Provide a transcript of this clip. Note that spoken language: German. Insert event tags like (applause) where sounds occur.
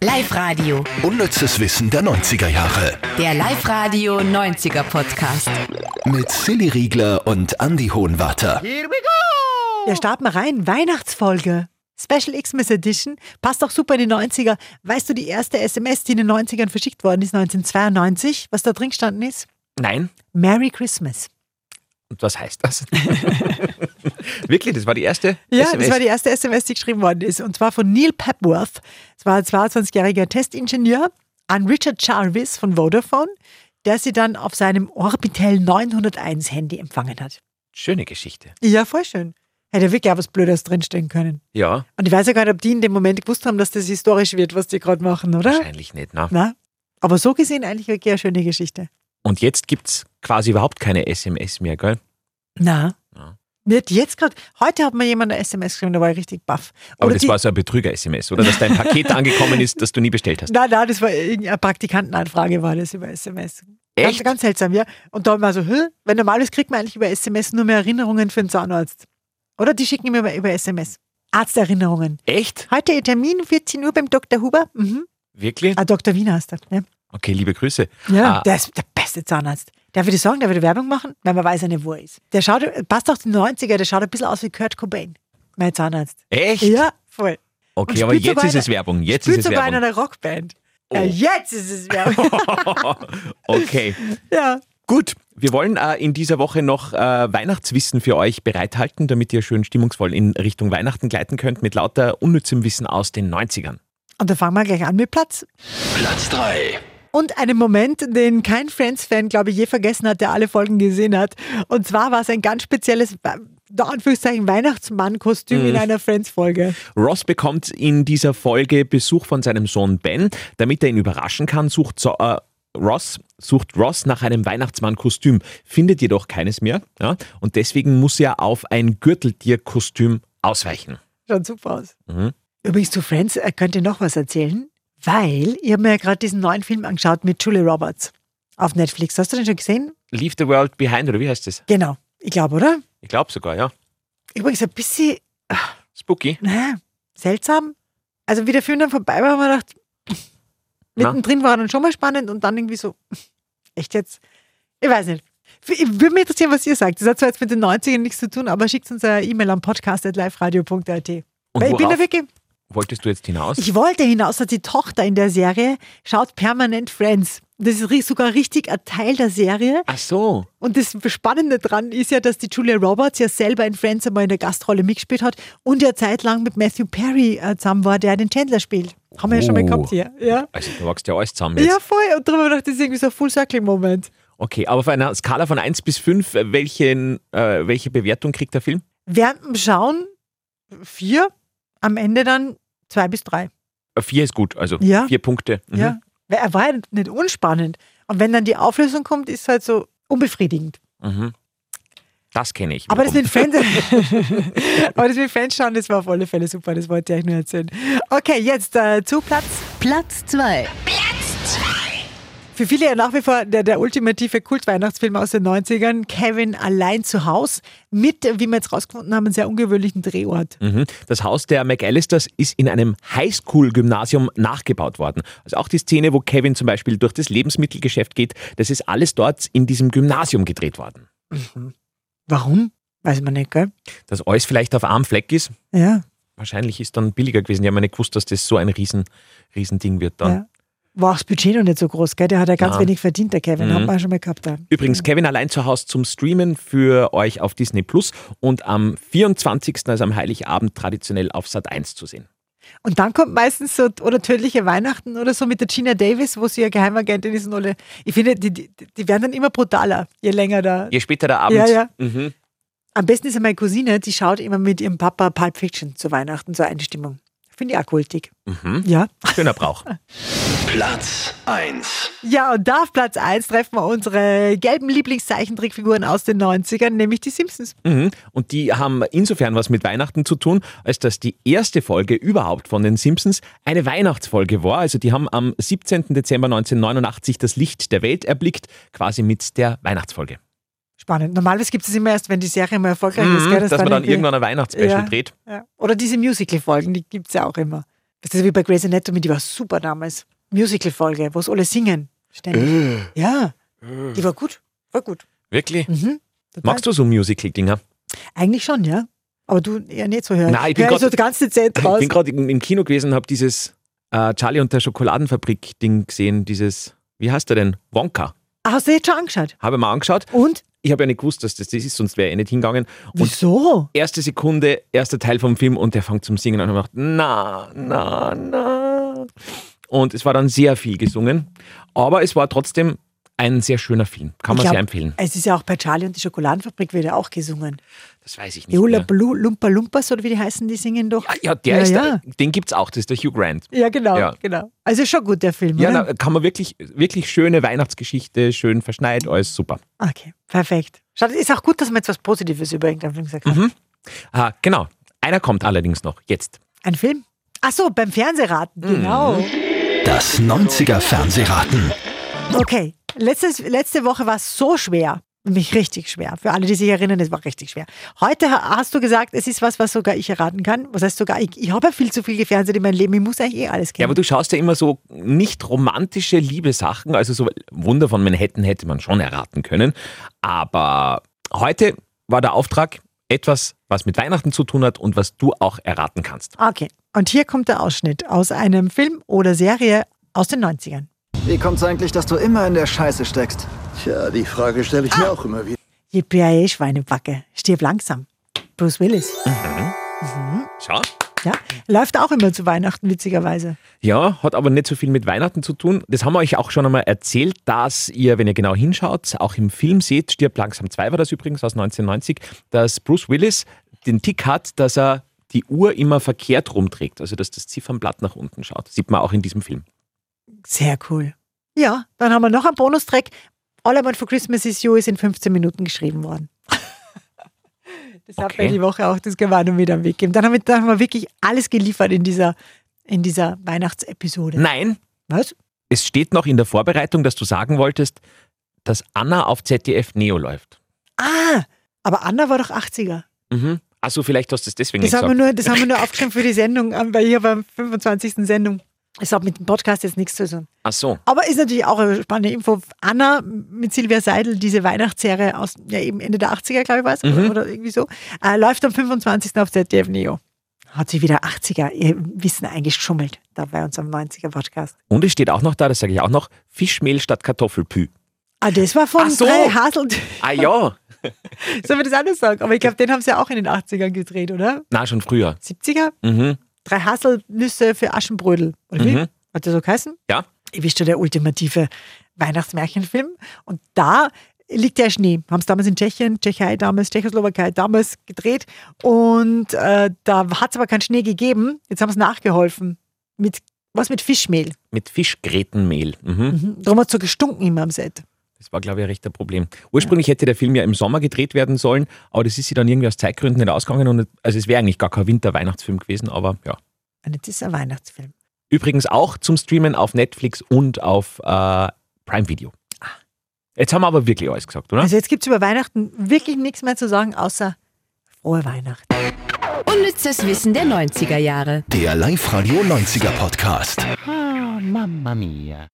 Live Radio, Unnützes Wissen der 90er Jahre. der Live Radio 90er Podcast. Mit Silly Riegler und Andy Hohenwarter. Ja, start mal rein. Weihnachtsfolge. Special Xmas Edition. Passt auch super in die 90er. Weißt du, die erste SMS, die in den 90ern verschickt worden ist, 1992, was da drin gestanden ist? Nein. Merry Christmas. Und was (laughs) heißt das? (laughs) Wirklich, das war die erste Ja, SMS. das war die erste SMS, die geschrieben worden ist. Und zwar von Neil Pepworth. Es war ein 22-jähriger Testingenieur an Richard Jarvis von Vodafone, der sie dann auf seinem Orbitel 901 Handy empfangen hat. Schöne Geschichte. Ja, voll schön. Hätte wirklich auch was Blödes drinstehen können. Ja, Und ich weiß ja gar nicht, ob die in dem Moment gewusst haben, dass das historisch wird, was die gerade machen, oder? wahrscheinlich nicht. Ne? Na? Aber so gesehen eigentlich wirklich eine schöne Geschichte. Und jetzt gibt es quasi überhaupt keine SMS mehr, gell? Na. Ja. Wird jetzt gerade, heute hat mir jemand eine SMS geschrieben, da war ich richtig baff. Aber Oder das die- war so ein Betrüger-SMS, oder? Dass dein (laughs) Paket angekommen ist, das du nie bestellt hast. Nein, nein, das war irgendeine Praktikantenanfrage, war das über SMS. Ganz, Echt? ganz seltsam, ja. Und da war so, hä? Wenn normal ist, kriegt man eigentlich über SMS nur mehr Erinnerungen für den Zahnarzt. Oder die schicken mir über, über SMS. Arzterinnerungen. Echt? Heute Ihr Termin, 14 Uhr beim Dr. Huber. Mhm. Wirklich? Ah, Dr. Wiener ist das. Ja, Okay, liebe Grüße. ja Ah. der ist der beste Zahnarzt. Darf ich das sagen? Der würde Werbung machen, weil man weiß ja nicht, wo er ist. Der schaut, passt auch den 90er, der schaut ein bisschen aus wie Kurt Cobain. Mein Zahnarzt. Echt? Ja, voll. Und Okay, aber spielt jetzt sogar ist es eine- Werbung. Jetzt Spielt ist es sogar in Werbung. Oh. einer Rockband. Ja, jetzt ist es (laughs) Werbung. okay. ja. Gut, wir wollen äh, in dieser Woche noch äh, Weihnachtswissen für euch bereithalten, damit ihr schön stimmungsvoll in Richtung Weihnachten gleiten könnt mit lauter unnützem Wissen aus den 90ern. Und da fangen wir gleich an mit Platz. Platz 3. Und einem Moment, den kein Friends-Fan, glaube ich, je vergessen hat, der alle Folgen gesehen hat. Und zwar war es ein ganz spezielles, äh, unter Anführungszeichen, Weihnachtsmann-Kostüm Mhm. in einer Friends-Folge. Ross bekommt in dieser Folge Besuch von seinem Sohn Ben. Damit er ihn überraschen kann, sucht so, äh, Ross sucht Ross nach einem Weihnachtsmann-Kostüm, findet jedoch keines mehr ja, und deswegen muss er auf ein Gürteltier-Kostüm ausweichen. Schaut super aus. Mhm. Übrigens zu Friends äh, könnt ihr noch was erzählen, weil ihr habt mir ja gerade diesen neuen Film angeschaut mit Julie Roberts auf Netflix. Hast du den schon gesehen? Leave the world behind, oder wie heißt das? Genau. Ich glaube, oder? Ich glaube sogar, ja. Übrigens ein bisschen Spooky. na, seltsam. Also wie der Film dann vorbei war, haben wir gedacht, Na? mittendrin war er dann schon mal spannend und dann irgendwie so, echt jetzt? Ich weiß nicht. Ich würde mich interessieren, was ihr sagt. Das hat zwar jetzt mit den 90ern nichts zu tun, aber schickt uns eine E-Mail an podcast.liferadio.at. Weil ich bin da worauf wirklich, wolltest du jetzt hinaus? ich wollte hinaus, dass die Tochter in der Serie schaut permanent Friends. Das ist ri- sogar richtig ein Teil der Serie. Ach so. Und das Spannende dran ist ja, dass die Julia Roberts ja selber in Friends einmal in der Gastrolle mitgespielt hat und ja zeitlang mit Matthew Perry äh, zusammen war, der den Chandler spielt. Haben wir ja schon mal Oh. gehabt hier. Ja, Also du wächst ja alles zusammen jetzt. ja voll. Und darum dachte ich, das ist irgendwie so ein Full-Circle-Moment. Okay, aber auf einer Skala von 1 bis 5, äh, welchen, äh, welche Bewertung kriegt der Film? Während dem Schauen vier, am Ende dann zwei bis drei. Äh, Vier ist gut, also Ja. vier Punkte. Mhm. Ja. Weil er war ja nicht unspannend. Und wenn dann die Auflösung kommt, ist es halt so unbefriedigend. Mhm. Das kenne ich. Aber das wiederum. mit (laughs) Friends, aber das mit Friends schauen, das war auf alle Fälle super. Das wollte ich euch nur erzählen. Okay, jetzt äh, zu Platz Platz 2. Für viele ja nach wie vor der, der ultimative Kultweihnachtsfilm aus den 90ern, Kevin allein zu Haus, mit, wie wir jetzt rausgefunden haben, einem sehr ungewöhnlichen Drehort. Mhm. Das Haus der McAllisters ist in einem Highschool-Gymnasium nachgebaut worden. Also auch die Szene, wo Kevin zum Beispiel durch das Lebensmittelgeschäft geht, das ist alles dort in diesem Gymnasium gedreht worden. Warum? Weiß man nicht, gell? Dass alles vielleicht auf armem Fleck ist, Ja. wahrscheinlich ist dann billiger gewesen. Die haben ja nicht gewusst, dass das so ein riesen, riesen Ding wird dann. Ja. War auch das Budget noch nicht so groß, gell? Der hat ja ganz Ja. wenig verdient, der Kevin. Mhm. Haben wir auch schon mal gehabt. Da. Übrigens, Kevin allein zu Hause zum Streamen für euch auf Disney Plus und am 24., also am Heiligabend, traditionell auf Sat 1 zu sehen. Und dann kommt meistens so, oder tödliche Weihnachten oder so mit der Gina Davis, wo sie ja Geheimagentin ist und alle. Ich finde, die, die, die werden dann immer brutaler, je länger da. Je später der Abend. Ja, ja. Mhm. Am besten ist ja meine Cousine, die schaut immer mit ihrem Papa Pulp Fiction zu Weihnachten, so eine Stimmung. Finde ich auch kultig. Mhm. Ja. (laughs) Schöner Brauch. Platz 1. Ja, und da auf Platz 1 treffen wir unsere gelben Lieblingszeichentrickfiguren aus den 90ern, nämlich die Simpsons. Mhm. Und die haben insofern was mit Weihnachten zu tun, als dass die erste Folge überhaupt von den Simpsons eine Weihnachtsfolge war. Also die haben am 17. Dezember 1989 das Licht der Welt erblickt, quasi mit der Weihnachtsfolge. Spannend. Normalerweise gibt es immer erst, wenn die Serie mal erfolgreich ist. Gell, Mhm, dass man dann irgendwie- irgendwann ein Weihnachtsspecial Ja. dreht. Ja. Oder diese Musical-Folgen, die gibt es ja auch immer. Das ist wie bei Grey's Anatomy, die war super damals. Musical-Folge, wo es alle singen. Ständig. Ja, die war gut. War gut. Wirklich? Mhm. Total. Magst du so Musical-Dinger? Eigentlich schon, ja. Aber du eher nicht so hören. Nein, ich bin so grad- ganz dezent (laughs) Ich raus. bin gerade im im Kino gewesen und habe dieses äh, Charlie und der Schokoladenfabrik-Ding gesehen. Dieses, wie heißt der denn? Wonka. Ah, hast du jetzt schon angeschaut? Habe ich mal angeschaut. Und? Ich habe ja nicht gewusst, dass das das ist, sonst wäre ich nicht hingegangen. Und Wieso? erste Sekunde, erster Teil vom Film und der fängt zum Singen an und macht na, na, na. Und es war dann sehr viel gesungen. Aber es war trotzdem ein sehr schöner Film. Kann Ich man glaub, sehr empfehlen. Es ist ja auch bei Charlie und die Schokoladenfabrik wird ja auch gesungen. Das weiß ich Die nicht. Hula Mehr. Blu- Lumpa Lumpas oder wie die heißen, die singen doch. Ah, Ja, der ja, ist ja. Der, den gibt's auch, das ist der Hugh Grant. ja, genau, Ja. genau. Also schon gut, der Film. Ja, oder? da kann man wirklich, wirklich schöne Weihnachtsgeschichte, schön verschneit, alles super. Okay, perfekt. Schade, ist auch gut, dass wir jetzt was Positives über irgendeinen Film gesagt haben. Ah, genau. Einer kommt allerdings noch, jetzt. Ein Film? Ach so, beim Fernsehraten, genau. Das 90er Fernsehraten. Okay, Letztes, letzte Woche war es so schwer. Mich richtig schwer. Für alle, die sich erinnern, es war richtig schwer. Heute ha- hast du gesagt, es ist was, was sogar ich erraten kann. Was heißt sogar ich? Ich habe ja viel zu viel gefernseht in meinem Leben. Ich muss eigentlich eh alles Ja, aber kennen. du schaust ja immer so nicht romantische Liebesachen, also so Wunder von Manhattan hätte man schon erraten können. Aber heute war der Auftrag etwas, was mit Weihnachten zu tun hat und was du auch erraten kannst. okay. Und hier kommt der Ausschnitt aus einem Film oder Serie aus den 90ern. Wie kommt's eigentlich, dass du immer in der Scheiße steckst? Tja, die Frage stelle ich mir auch immer wieder. Je P.I.A. Schweinebacke. Stirb langsam. Bruce Willis. Schau. Ja, läuft auch immer zu Weihnachten, witzigerweise. Ja, hat aber nicht so viel mit Weihnachten zu tun. Das haben wir euch auch schon einmal erzählt, dass ihr, wenn ihr genau hinschaut, auch im Film seht, stirbt langsam 2 war das übrigens aus 1990, dass Bruce Willis den Tick hat, dass er die Uhr immer verkehrt rumträgt, also dass das Ziffernblatt nach unten schaut. Sieht man auch in diesem Film. Sehr cool. Ja, dann haben wir noch einen Bonustrack. All I Want for Christmas is You ist in 15 Minuten geschrieben worden. (laughs) Das hat Okay. mir die Woche auch das Gewand wieder am Weg gegeben. Dann haben, wir, dann haben wir wirklich alles geliefert in dieser, in dieser Weihnachtsepisode. Nein, Was? es steht noch in der Vorbereitung, dass du sagen wolltest, dass Anna auf ZDF Neo läuft. Ah, aber Anna war doch 80er. Mhm. Also vielleicht hast du es deswegen Das nicht haben, wir gesagt. nur, das haben wir nur aufgeschrieben für die Sendung, ähm, weil hier beim 25. Sendung. Es hat mit dem Podcast jetzt nichts zu tun. Ach so. Aber ist natürlich auch eine spannende Info. Anna mit Silvia Seidel, diese Weihnachtsserie aus ja, eben Ende der 80er, glaube ich, war es, Mhm. oder irgendwie so, äh, läuft am 25. auf ZDF Neo. Hat sich wieder 80er ihr Wissen eingeschummelt, da bei unserem 90er-Podcast. Und es steht auch noch da, das sage ich auch noch, Fischmehl statt Kartoffelpü. Ah, das war von Ach so. drei Hasel. Ah ja, (laughs) Sollen wir das anders sagen? Aber ich glaube, den haben sie ja auch in den 80ern gedreht, oder? na schon früher. 70er? Mhm. Drei Haselnüsse für Aschenbrödel. Oder wie? Mhm. Hat das so geheißen? Ja. Ihr wisst schon, der ultimative Weihnachtsmärchenfilm. Und da liegt der Schnee. Haben es damals in Tschechien, Tschechei damals, Tschechoslowakei damals gedreht. Und äh, da hat es aber keinen Schnee gegeben. Jetzt haben sie nachgeholfen. Mit was mit Fischmehl. Mit Fischgrätenmehl. Mhm. Mhm. Darum hat es so gestunken immer am Set. Das war, glaube ich, ein rechter Problem. Ursprünglich hätte der Film ja im Sommer gedreht werden sollen, aber das ist sie dann irgendwie aus Zeitgründen nicht ausgegangen. Und, also es wäre eigentlich gar kein Winter-Weihnachtsfilm gewesen, aber ja. Und jetzt ist ein Weihnachtsfilm. Übrigens auch zum Streamen auf Netflix und auf äh, Prime Video. Jetzt haben wir aber wirklich alles gesagt, oder? Also jetzt gibt es über Weihnachten wirklich nichts mehr zu sagen, außer frohe Weihnachten. Unnützes Wissen der 90er Jahre. Der Live-Radio 90er Podcast. Ah, mamma mia.